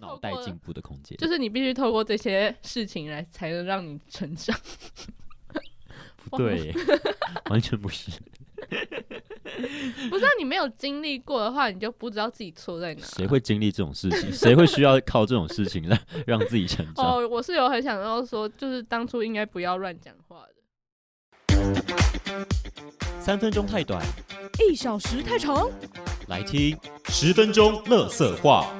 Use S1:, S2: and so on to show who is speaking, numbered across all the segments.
S1: 脑袋进步的空间。
S2: 就是你必须透过这些事情来才能让你成长。
S1: 不 对，完全不是。
S2: 不是、啊、你没有经历过的话，你就不知道自己错在哪。
S3: 啊
S1: 谁会经历这种事情？谁会需要靠这种事情来让自己成长？
S2: 哦，我是有很想要说，就是当初应该不要乱讲话的。
S1: 三分钟太短，
S3: 一小时太长，
S1: 来听。
S4: 十分钟乐色话。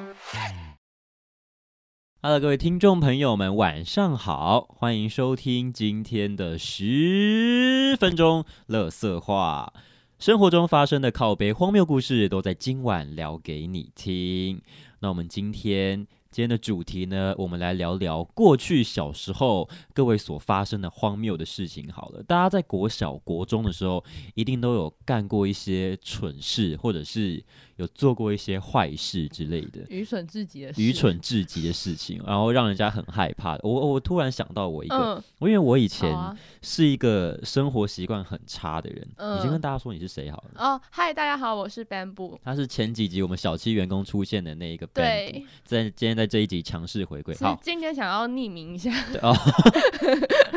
S1: Hello，各位听众朋友们，晚上好，欢迎收听今天的十分钟乐色话。生活中发生的靠背荒谬故事，都在今晚聊给你听。那我们今天今天的主题呢，我们来聊聊过去小时候各位所发生的荒谬的事情。好了，大家在国小、国中的时候，一定都有干过一些蠢事，或者是有做过一些坏事之类的。
S2: 愚蠢至极的事，
S1: 愚蠢至极的事情，然后让人家很害怕。我我突然想到我一个，
S2: 嗯，
S1: 我因为我以
S2: 好
S1: 前
S2: 啊。
S1: 是一个生活习惯很差的人，你先
S2: 嗯
S1: 跟大家说你是谁好了。
S2: 哦，嗨，大家好，我是 Bamboo。
S1: 他是前几集我们小七员工出现的那一个 band，
S2: 对，
S1: 在今天在这一集强势回归。
S2: 其实
S1: 好，
S2: 今天想要匿名一下，
S1: 对 哦，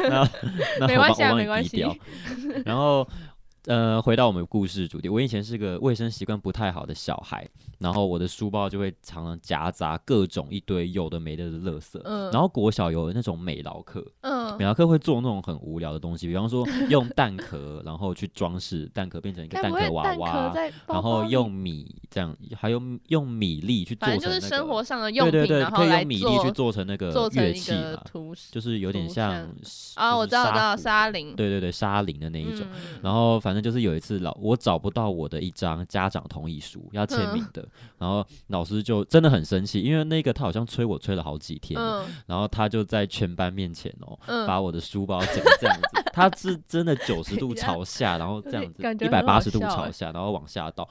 S1: 那那
S2: 没
S1: 我
S2: 关
S1: 帮
S2: 系啊
S1: 我帮
S2: 没关
S1: 你低
S2: 系
S1: 调。然后呃，回到我们故事主题，我以前是个卫生习惯不太好的小孩，然后我的书包就会常常夹杂各种一堆有的没的的垃圾。
S2: 嗯
S1: 然后国小有那种美劳课，
S2: 嗯
S1: 美，劳课会做那种很无聊的东西，比方 说用蛋壳，然后去装饰蛋壳变成一个
S2: 该
S1: 蛋
S2: 不会
S1: 壳娃
S2: 蛋壳
S1: 娃，
S2: 在包
S1: 然后
S2: 包里
S1: 用米这样，还有用米粒去做
S2: 反
S1: 成、那
S2: 正就是
S1: 个
S2: 生活上的用
S1: 对
S2: 品，
S1: 对对，
S2: 然后
S1: 可以
S2: 来
S1: 用米粒去
S2: 做
S1: 做成那个
S2: 做成
S1: 乐
S2: 一
S1: 器
S2: 个
S1: 嘛，
S2: 图示
S1: 就是有点
S2: 图
S1: 像
S2: 像
S1: 是
S2: 啊，
S1: 就
S2: 我
S1: 是
S2: 知道，我知
S1: 沙
S2: 道，沙林
S1: 鼓对对对，沙林的那一种。
S2: 嗯
S1: 然后反正就是有一次老我找不到我的一张家长同意书要签名
S2: 嗯
S1: 的，然后老师就真的很生气，因为那个他好像催我催了好几天，
S2: 嗯
S1: 然后他就在全班面前哦，
S2: 嗯，
S1: 把我的书包整个这样 子，他是真的九十度朝下，然后这样子
S2: 感觉
S1: 一
S2: 很好
S1: 百八十度
S2: 笑
S1: 朝
S2: 欸
S1: 下，然后往下倒。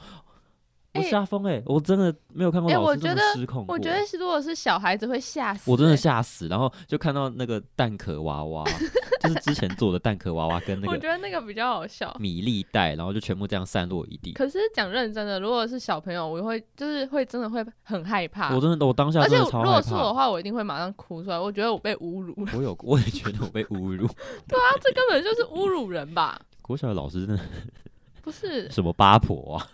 S1: 我
S2: 欸
S1: 吓疯哎！我真的没有看过
S2: 欸
S1: 老
S2: 我
S1: 师这
S2: 觉
S1: 么
S2: 得
S1: 失控过。
S2: 我觉得是如果是小孩子会吓死欸，
S1: 我真的吓死，然后就看到那个蛋壳娃娃， 就是之前做的蛋壳娃娃跟那
S2: 我
S1: 个嗯
S2: 觉得那个比较好笑。
S1: 米粒袋，然后就全部这样散落一地。
S2: 可是讲认真的，如果是小朋友，我会就是会真的会很害怕，
S1: 我真的，我当下
S2: 而且
S1: 真的
S2: 如
S1: 超害
S2: 果是我的
S1: 怕。
S2: 话，我一定会马上哭出来。我觉得我被侮辱 了，
S1: 我有，我也觉得我被侮辱。
S2: 他这根本就是侮辱人吧？
S1: 国小的老师真 的
S2: 不是，
S1: 什么八 婆啊？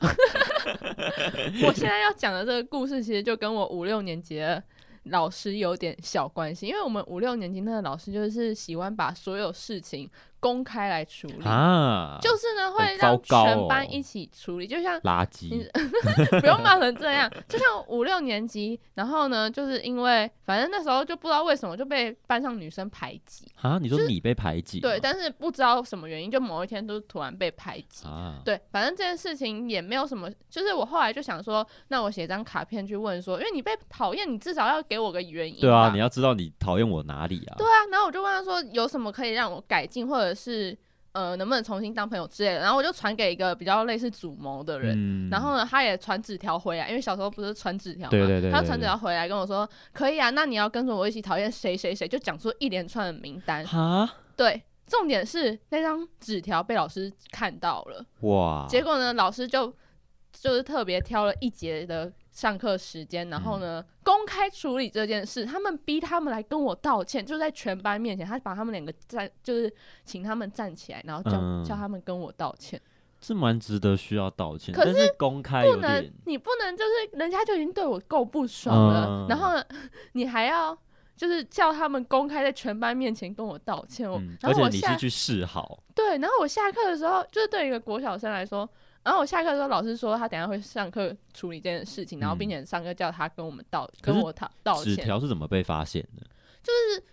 S2: 我现在要讲的这个故事，其实就跟我五六年级的老师有点小关系，因为我们五六年级那个老师就是喜欢把所有事情公开来处理，
S1: 啊，
S2: 就是呢会
S1: 好糟
S2: 让
S1: 糕
S2: 全班
S1: 哦
S2: 一起处理，就 像
S1: 垃
S2: 你
S1: 圾。
S2: 不用骂成这样，就像五六年级，然后呢，就是因为反正那时候就不知道为什么就被班上女生排挤，
S1: 啊，你说你被排挤吗？
S2: 对，但是不知道什么原因，就某一天就突然被排挤，
S1: 啊，
S2: 对，反正这件事情也没有什么，就是我后来就想说，那我写张卡片去问说，因为你被讨厌，你至少要给我个原因
S1: 对啊，
S2: 吧
S1: 你要知道你讨厌我哪里啊
S2: 对？啊，然后我就问他说有什么可以让我改进，或者是呃能不能重新当朋友之类的，然后我就传给一个比较类似主谋的啊人。
S1: 嗯
S2: 然后呢，他也传纸条回来，因为小时候不是传纸条嘛，
S1: 对对对
S2: 他
S1: 对
S2: 传纸
S1: 对
S2: 条回来跟我说，可以啊，那你要跟着我一起讨厌谁谁谁，就讲出一连串的名 单。
S1: 哈
S2: 对，重点是那张纸条被老师看到了，
S1: 哇，
S2: 结果呢，老师就就是特别挑了一节的上课时间，然后
S1: 嗯
S2: 呢，公开处理这件事。他们逼他们来跟我道歉，就在全班面前，他把他们两个站，就是请他们站起来，然后叫、
S1: 嗯
S2: 叫他们跟我道歉。
S1: 这蛮值得需要道歉，
S2: 可
S1: 但是公开
S2: 不
S1: 有
S2: 能
S1: 点，
S2: 你不能就是人家就已经对我够不爽了，
S1: 嗯
S2: 然后呢，你还要。就是叫他们公开在全班面前跟我道歉，我、
S1: 嗯，而
S2: 然后
S1: 且
S2: 我
S1: 你
S2: 下
S1: 是去示好，
S2: 对，然后我下课的时候，就是对一个国小生来说，然后我下课的时候，老师说他等一下会上课处理这件事情，然后并
S1: 嗯
S2: 且上课叫他跟我们道
S1: 可
S2: 跟
S1: 是
S2: 我道道
S1: 纸
S2: 歉。
S1: 条是怎么被发现的？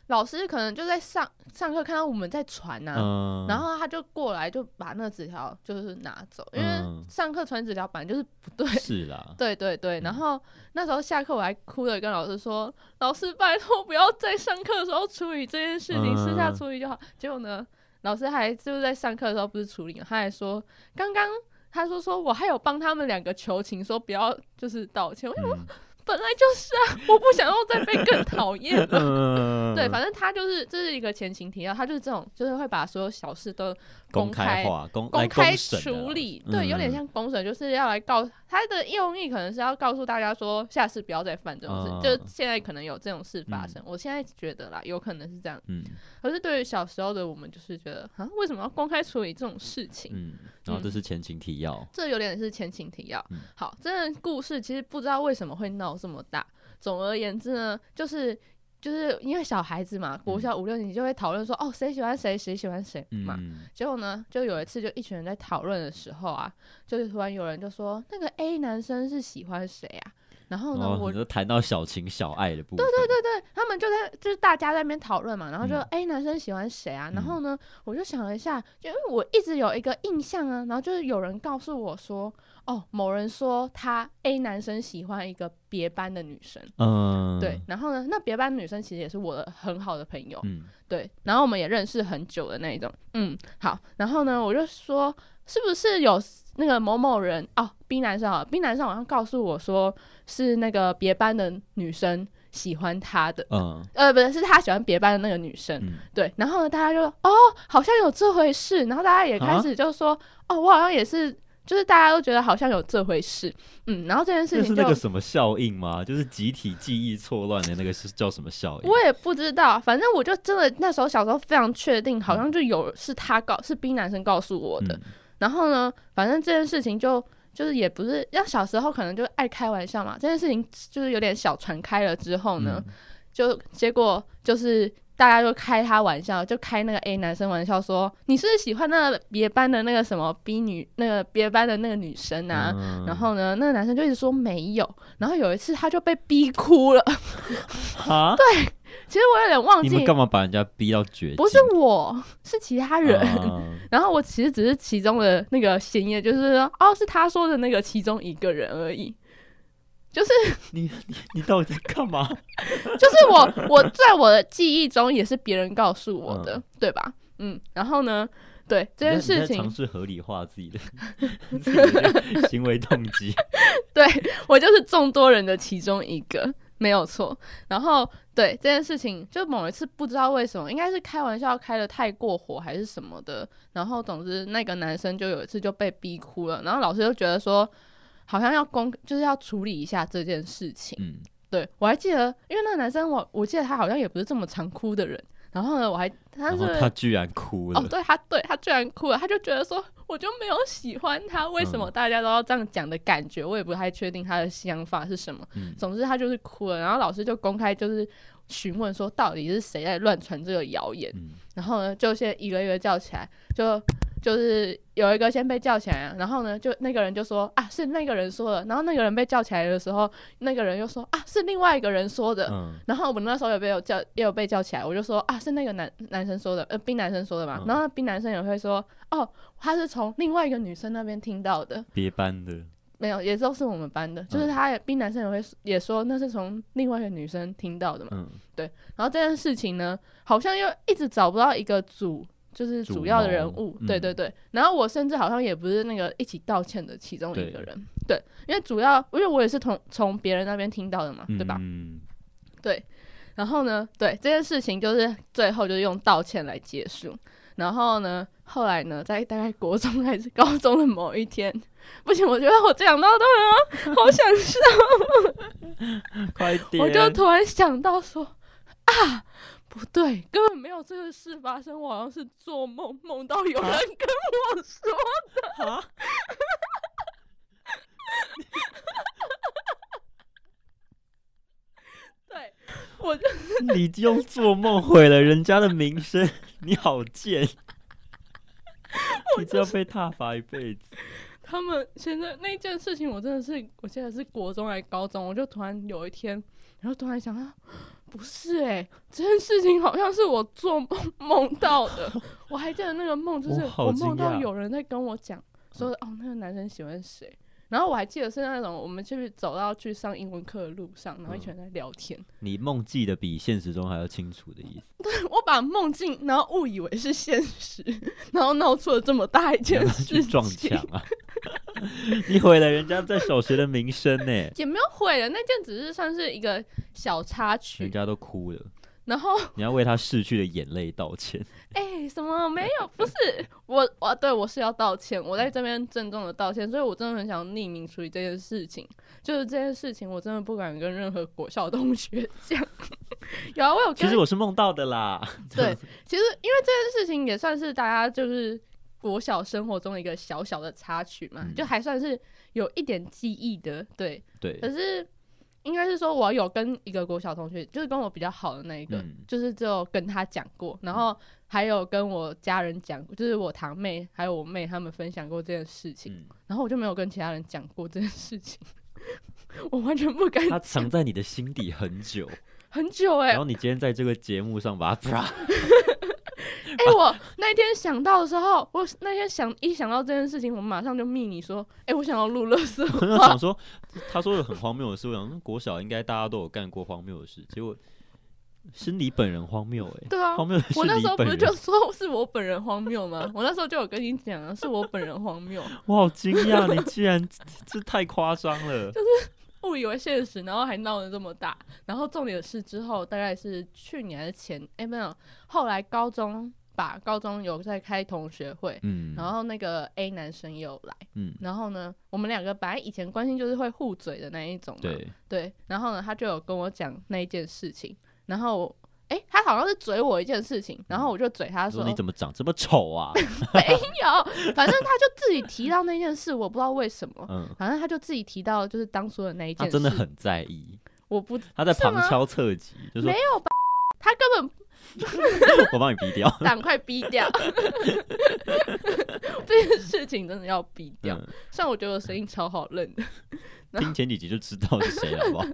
S2: 老师可能就在上上课看到我们在传呐、
S1: 嗯，
S2: 然后他就过来就把那纸条就是拿走，因
S1: 嗯
S2: 为上课传纸条本来就是不对。
S1: 是 啦，
S2: 对对对，然
S1: 嗯
S2: 后那时候下课我还哭着跟老师说：“老师，拜托不要在上课的时候处理这件事情，私下
S1: 嗯
S2: 处理就好。”结果呢，老师还就是在上课的时候不是处理嘛，他还说刚刚。他说：“说我还有帮他们两个求情，说不要就是道歉。我
S1: 嗯
S2: 本来就是啊，我不想要再被更讨厌了。
S1: 嗯
S2: 对，反正他就是这是一个前情提要，他就是这种，就是会把所有小事都
S1: 公
S2: 开
S1: 化公
S2: 公
S1: 来
S2: 开
S1: 审的啦
S2: 处理，对，有点
S1: 嗯
S2: 像公审，就是要来告他，他的用意可能是要告诉大家说，下次不要再犯这种事。
S1: 嗯
S2: 就是现在可能有这种事发生，我现在觉得啦，有可能是这样。
S1: 嗯
S2: 可是对于小时候的我们，就是觉得啊，为什么要公开处理这种事情？
S1: 嗯，然后这是前情提要，
S2: 这有点是前情提要。
S1: 嗯
S2: 好，这个故事其实不知道为什么会闹这么大。总而言之呢，就是就是因为小孩子嘛，国小五六年级就会讨论说，哦，谁喜欢谁，谁喜欢谁
S1: 嗯
S2: 嘛。结果呢，就有一次就一群人在讨论的时候啊，就是突然有人就说，那个 A 男生是喜欢谁啊？然后呢，
S1: 然后
S2: 我
S1: 哦你就谈到小情小爱的部分，对对对，
S2: 对他们就在就是大家在那边讨论嘛，然后就
S1: 嗯
S2: 哎、诶男生喜欢谁啊？
S1: 嗯
S2: 然后呢，我就想了一下，就因为我一直有一个印象啊，然后就是有人告诉我说，哦，某人说他 A 男生喜欢一个别班的女生，
S1: 嗯，
S2: 对，，然后呢，那别班女生其实也是我的很好的朋友，
S1: 嗯
S2: 对，然后我们也认识很久的那一种，嗯，好，然后呢，我就说是不是有那个某某人哦，B 男生啊，B 男生好像告诉我说是那个别班的女生喜欢他的，
S1: 嗯
S2: 呃，不是，是他喜欢别班的那个女生，
S1: 嗯，
S2: 对，然后呢，大家就哦，好像有这回事，然后大家也开
S1: 啊
S2: 始就说，哦，我好像也是，就是大家都觉得好像有这回事，嗯，然后这件事
S1: 这是
S2: 情
S1: 那
S2: 就
S1: 个什么效应吗？就是集体记忆错乱的那个是叫什么效应？
S2: 我也不知道，反正我就真的那时候小时候非常确定，好像就有是他告是 B 男生告诉我的，
S1: 嗯
S2: 然后呢，反正这件事情就就是也不是，要小时候可能就爱开玩笑嘛，这件事情就是有点小传开了之后呢，
S1: 嗯
S2: 就结果就是大家就开他玩笑，就开那个 A 男生玩笑说你是不是喜欢那个别班的那个什么 B 女，那个别班的那个女生啊。
S1: 嗯
S2: 然后呢，那个男生就一直说没有，然后有一次他就被逼哭了。
S1: 啊，对，
S2: 其实我有点忘
S1: 你
S2: 记，
S1: 们干嘛把人家逼到绝境？
S2: 不是我， 是其他人。
S1: 啊
S2: 然后我其实只是其中的那个嫌疑人，就是说哦，是他说的那个其中一个人而已。就是
S1: 你你你到底在干嘛？
S2: 就是我我在我的记忆中也是别人告诉我的，对吧？嗯，然后呢，对 这件
S1: 你在你
S2: 事
S1: 在尝
S2: 情，
S1: 试合理化自己 的自己的行为动机。
S2: 对我就是众多人的其中一个，没有错。然后对这件事情，就某一次不知道为什么，应该是开玩笑开的太过火还是什么的。然后总之那个男生就有一次就被逼哭了，然后老师就觉得说，好像要公就是要处理一下这件事情。
S1: 嗯，
S2: 对我还记得，因为那个男生我我记得他好像也不是这么常哭的人。然后呢，我还他
S1: 然
S2: 是
S1: 后他居然哭了
S2: 哦，，对他，对他居然哭了，他就觉得说，我就没有喜欢他，为
S1: 嗯
S2: 什么大家都要这样讲的感觉？我也不太确定他的想法是什么。
S1: 嗯
S2: 总之，他就是哭了，然后老师就公开就是询问说，到底是谁在乱传这个谣言？
S1: 嗯
S2: 然后呢，就先一个一个叫起来，就就是有一个先被叫起来，啊然后呢，就那个人就说啊，是那个人说的，然后那个人被叫起来的时候，那个人又说啊，是另外一个人说的。
S1: 嗯
S2: 然后我那时候也被有叫，也有被叫起来，我就说啊，是那个男男生说的，呃，冰男生说的嘛。
S1: 嗯
S2: 然后冰男生也会说，哦，他是从另外一个女生那边听到的，
S1: 别班的，
S2: 没有，也都是我们班的，
S1: 嗯
S2: 就是他也冰男生也会也说那是从另外一个女生听到的嘛。
S1: 嗯，
S2: 然后这件事情呢，好像又一直找不到一个主，就是
S1: 主
S2: 主要的人
S1: 谋
S2: 物，
S1: 嗯
S2: 对对对。然后我甚至好像也不是那个一起道歉的其中一
S1: 对
S2: 个人，对，因为主要因为我也是从从别人那边听到的嘛，对吧？
S1: 嗯
S2: 然后呢，对这件事情就是最后就是用道歉来结束。然后呢，后来呢，在大概国中还是高中的某一天，不行，我觉得我讲到都好好想笑，
S1: 快点，
S2: 我就突然想到说啊，不对，根本没有这个事发生，我好像是做梦，梦到有人跟我说，对我就
S1: 你用做梦毁了人家的名声，你好 贱！你这要被踏伐一辈子。
S2: 他们现在那件事情，我真的是，我记得是国中还是高中，我就突然有一天，然后突然想到， 不是哎、这件事情好像是我做梦梦到的。我还记得那个梦，就是
S1: 我好
S2: 我梦到
S1: 惊讶
S2: 有人在跟我讲说，哦，那个男生喜欢谁。然后我还记得是那种我们去走到去上英文课的路上，然后一群人在聊天。
S1: 你梦记得比现实中还要清楚的意思，
S2: 我把梦境，然后误以为是现实，然后闹出了这么大一
S1: 你要
S2: 件
S1: 不要
S2: 事
S1: 去
S2: 情。
S1: 撞墙啊！ 你毁了人家在小学的名声呢、
S2: 也没有毁了，那件只是算是一个小插曲
S1: 人。家都哭了。
S2: 然后
S1: 你要为他逝去的眼泪道歉。
S2: 哎、什么没有？不是我，我对我是要道歉，我在这边郑重的道歉，所以我真的很想匿名处理这件事情。就是这件事情，我真的不敢跟任何国校同学讲。 有啊，我有跟
S1: 其实我是梦到的啦，
S2: 对，其实因为这件事情也算是大家就是国小生活中的一个小小的插曲嘛，
S1: 嗯
S2: 就还算是有一点记忆的。对，
S1: 对
S2: 可，是应该是说我有跟一个国小同学，就是跟我比较好的那一个，
S1: 嗯
S2: 就是只有跟他讲过，然后还有跟我家人讲，就是我堂妹还有我妹他们分享过这件事情，
S1: 嗯，
S2: 然后我就没有跟其他人讲过这件事情。 我完全不敢
S1: 他藏在你的心底很久，
S2: 很久 哎、
S1: 然后你今天在这个节目上把 它啪，
S2: 哎、我那天想到的时候，我那天想一想到这件事情，我马上就密你说，哎、我想要录乐色，
S1: 我就想说，他说的很荒谬的事，我想说国小应该大家都有干过荒谬的事，结果是你本人荒谬哎、
S2: 对啊，
S1: 荒谬的是
S2: 我那时候
S1: 你
S2: 不
S1: 本
S2: 是
S1: 人，
S2: 就说是我本人荒谬吗？我那时候就有跟你讲啊，是我本人荒谬，
S1: 我好惊讶，你竟然 这这太夸张了，
S2: 误以为现实，然后还闹得这么大。然后重点是之后大概是去年还是前，哎、没有，后来高中吧，高中有在开同学会，
S1: 嗯，
S2: 然后那个 A 男生也有来，
S1: 嗯，
S2: 然后呢，我们两个本来以前关系就是会互嘴的那一种嘛，
S1: 对，
S2: 对，然后呢，他就有跟我讲那一件事情，然后我，哎、他好像是嘴我一件事情，然后我就嘴他
S1: 他
S2: 说
S1: 说你怎么长这么丑啊，
S2: 有，反正他就自己提到那件事，我不知道为什么，
S1: 嗯，
S2: 反正他就自己提到就是当初的那一件
S1: 他
S2: 事，
S1: 啊真的，很在意，
S2: 我不，
S1: 他在
S2: 是吗
S1: 旁敲侧击，就说
S2: 没有吧，他根本
S1: 我帮你逼 掉，
S2: 胆快逼掉， 这件事情真的要逼掉，
S1: 嗯
S2: 虽然我觉得我声音超好认的，
S1: 听前几集就知道是谁了，好不好？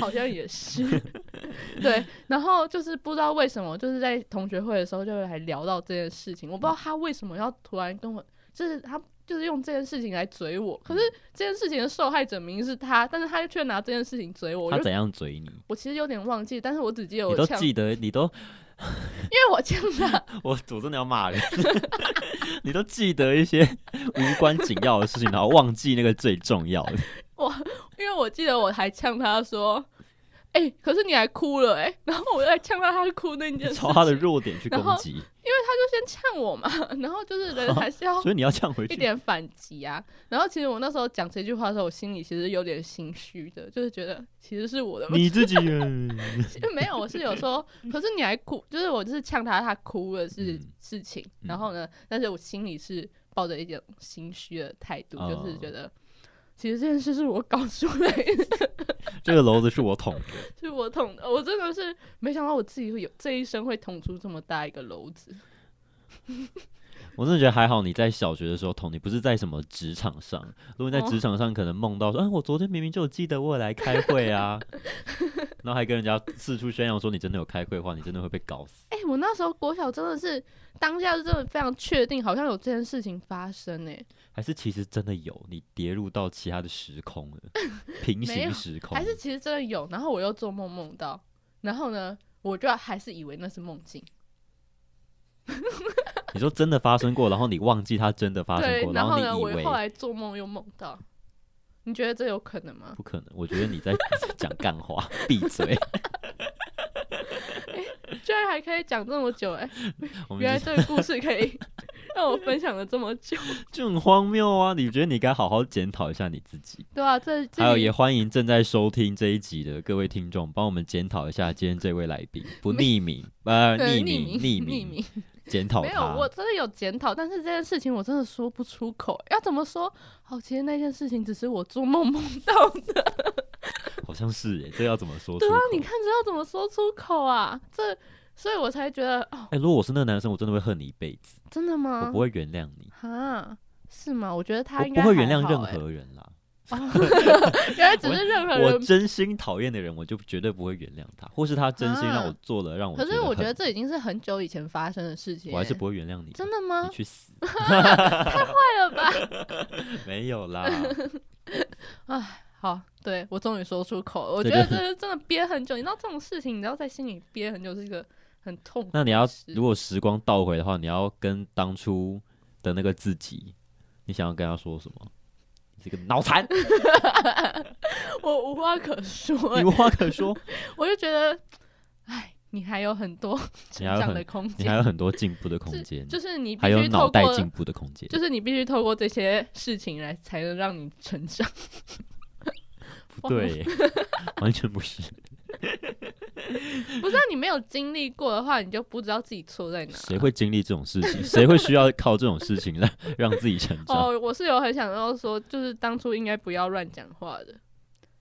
S2: 好像也 是，对。然后就是不知道为什么，就是在同学会的时候就还聊到这件事情。我不知道他为什么要突然跟我，就是他就是用这件事情来嘴我。可是
S1: 嗯
S2: 这件事情的受害者明明是他，但是他却拿这件事情 嘴我。我
S1: 他
S2: 就
S1: 怎样嘴你？
S2: 我其实有点忘记，但是我只记得
S1: 你
S2: 我
S1: 都
S2: 呛，因
S1: 记得，你都
S2: 为我呛他，
S1: 我我真的要骂人， 你都记得一些无关紧要的事情，然后忘记那个最重要 的。
S2: 因为我记得我还呛他说：“哎、可是你还哭了哎、 然后我在呛他，他哭那 件事情，
S1: 朝他的弱点去攻
S2: 然后
S1: 击，
S2: 他就先呛我嘛，然后就是人还是要
S1: 所以你要这样回
S2: 一
S1: 去。
S2: 点反击啊。然后其实我那时候讲这句话的时候，我心里其实有点心虚的，就是觉得其实是我的问题，
S1: 你自己
S2: 没有，我是有说，可是你还哭，就是我就是呛他，他哭的事、
S1: 嗯
S2: 事情。
S1: 嗯
S2: 然后呢，但是我心里是抱着一点心虚的态度，
S1: 哦
S2: 就是觉得。其实这件事是我搞出来的，
S1: 这个篓子是我捅的，
S2: 是我捅的。我真的是没想到我自己会有这一生会捅出这么大一个篓子。
S1: 我真的觉得还好。你在小学的时候捅，你不是在什么职场上。如果你在
S2: 哦
S1: 职场上可能梦到说，啊，我昨天明明就有记得我有来开会 啊，然后还跟人家四处宣扬说你真的有开会的话，你真的会被搞死。
S2: 哎、我那时候国小真的是当下是真的非常确定，好像有这件事情发生哎、
S1: 还是其实真的有你跌入到其他的时空 了，平
S2: 没有
S1: 行时空
S2: 还。是其实真的有，然后我又做梦梦到，然后呢，我就还是以为那是梦境，
S1: 你说真的发生过，然后你忘记它真的发生
S2: 对，
S1: 过，
S2: 然
S1: 后
S2: 后
S1: 你
S2: 呢，我
S1: 以为
S2: 后来做梦又梦到，你觉得这有可能吗？
S1: 不可能。我觉得你在 讲干话，闭 嘴！
S2: 居然还可以讲这么久、哎，
S1: 我
S2: 原来
S1: 们
S2: 这个故事可以 让我分享了这么久，
S1: 就很荒谬啊！你觉得你该好好检讨一下你自己。
S2: 对啊，这这
S1: 还有，也欢迎正在收听这一集的各位听众，帮我们检讨一下今天这位来宾，不匿名，呃，
S2: 呃
S1: 匿
S2: 匿
S1: 名，
S2: 匿
S1: 匿
S2: 名
S1: 名，检讨
S2: 没有，
S1: 他
S2: 我。真的有检讨，但是这件事情我真的说不出口，要怎么说？哦，其实那件事情只是我做梦梦到的。
S1: 好像是耶，这要怎么说出
S2: 对
S1: 口？
S2: 啊，你看这要怎么说出口啊？ 这，所以我才觉得哦，
S1: 哎，如果我是那个男生，我真的会恨你一辈子，
S2: 真的
S1: 我
S2: 吗
S1: 不？会原谅你。
S2: 啊，是吗？我觉得他
S1: 我
S2: 应
S1: 不
S2: 该
S1: 会
S2: 还
S1: 原谅
S2: 好
S1: 任
S2: 欸，哦
S1: 何人 啦。
S2: 原来只是任何
S1: 我
S2: 人。
S1: 真心讨厌的人，我就绝对不会原谅他，或是他真心让我
S2: 啊
S1: 做了让我
S2: 可
S1: 很。
S2: 是我觉得这已经是很久以前发生的事情欸，
S1: 我还是不会原谅你，
S2: 真的吗
S1: 你？去 死！
S2: 快了吧？
S1: 没有啦，
S2: 好，对我终于说出口了。我
S1: 这
S2: 觉
S1: 就
S2: 得这是真的憋很久，你知道这种事情，你知道在心里憋很久是一个很痛苦的事。
S1: 那你要如果时光倒回的话，你要跟当初的那个自己，你想要跟他说什么？你这个脑 残，
S2: 我无话可说欸，
S1: 你无话可说。
S2: 我就觉得，哎，你还有很多成
S1: 你还有
S2: 长的
S1: 很
S2: 空
S1: 你还
S2: 间，
S1: 有很多进步的空
S2: 是
S1: 间，
S2: 就是你必
S1: 还有
S2: 须
S1: 脑
S2: 透
S1: 袋
S2: 过，
S1: 进步的空间。
S2: 就是你必须透过这些事情来才能让你成长。
S1: 不对，完全不是。
S2: 不是、啊、你没有经历过的话，你就不知道自己错在哪。
S1: 谁会经历这种事情？谁会需要靠这种事情来让自己成长？
S2: 哦，我是有很想要说，就是当初应该不要乱讲话的。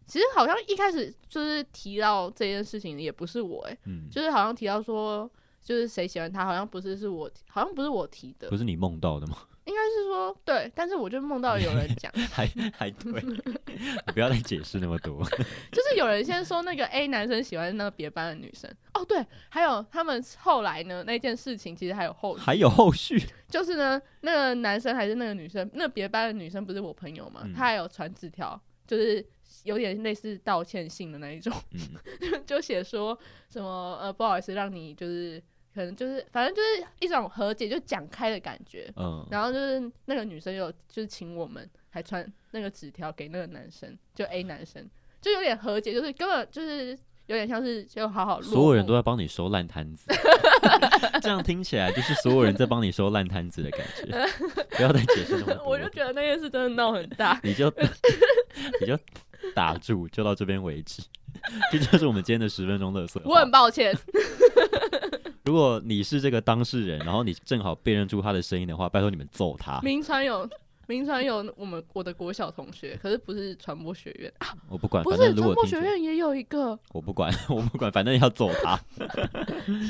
S2: 其实好像一开始就是提到这件事情，也不是我、欸，
S1: 嗯，
S2: 就是好像提到说，就是谁喜欢他，好像不是是我提，好像不是我提的
S1: 不，是你梦到的吗？
S2: 应该是说对，但是我就梦到有人讲，
S1: 还还对， 你不要再解释那么多。
S2: 就是有人先说那个 A 男生喜欢那个别班的女生，哦对，还有他们后来呢那件事情其实还有后续，
S1: 还有后续，
S2: 就是呢，那个男生还是那个女生，那别班的女生不是我朋友嘛，
S1: 嗯
S2: 她还有传纸条，就是有点类似道歉信的那一种，
S1: 嗯，
S2: 就写说什么呃不好意思让你就是可能就是反正就是一种和解就讲开的感觉，
S1: 嗯，
S2: 然后就是那个女生有就是请我们还传那个纸条给那个男生，就 A 男生，就有点和解，就是根本就是有点像是就好好落幕
S1: 所有人都在帮你收烂摊子， 这样听起来就是所有人在帮你收烂摊子的感 觉。不要再解释那么多，
S2: 我就觉得那件事真的闹很大，
S1: 你就你就打住，就到这边为止。 这就是我们今天的十分钟乐色。
S2: 我很 抱歉。
S1: 如果你是这个当事人，然后你正好辨认出他的声音的话，拜托你们揍他。
S2: 名传有名传有我们我的国小同学，可是不是传播学院，
S1: 我不管，
S2: 不
S1: 啊反
S2: 是
S1: 正如
S2: 传
S1: 果
S2: 播
S1: 听
S2: 学
S1: 见，
S2: 院也有一 个。
S1: 我不管，我不管，反正要揍他。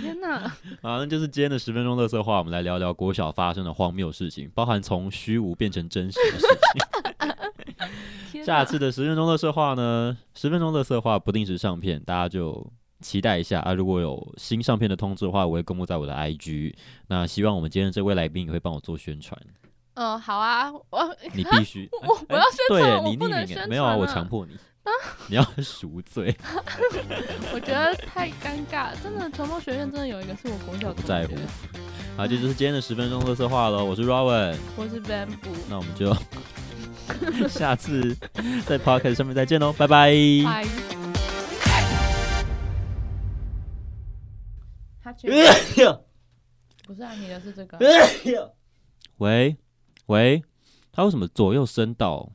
S2: 天哪，
S1: 好，那就是今天的十分钟乐色话，我们来聊聊国小发生的荒谬事情，包含从虚无变成真实的事情。
S2: 天哪
S1: 下次的十分钟乐色话呢，十分钟乐色话不定时上片，大家就期待一下啊！如果有新上片的通知的话，我会公布在我的 IG。那希望我们今天这位来宾也会帮我做宣 传，
S2: 嗯、好啊，我我
S1: 你必须
S2: 我我要宣
S1: 哎对
S2: 传，
S1: 你
S2: 我不能
S1: 匿
S2: 宣
S1: 名
S2: 传、
S1: 哎，没有啊，我强，迫 你，你要赎罪，
S2: 我觉得太尴尬，真的传播学院真的有一个是我国小
S1: 我不
S2: 同
S1: 在
S2: 学
S1: 乎，。好，这就是今天的十分钟乐色话了，我是 Rowan。
S2: 我是 Bamboo，
S1: 那我们 就下次在 podcast 上面再见喽，拜拜。
S2: 嗨。他去，不是啊，你的是这个啊、
S1: 喂喂，他为什么左右声道？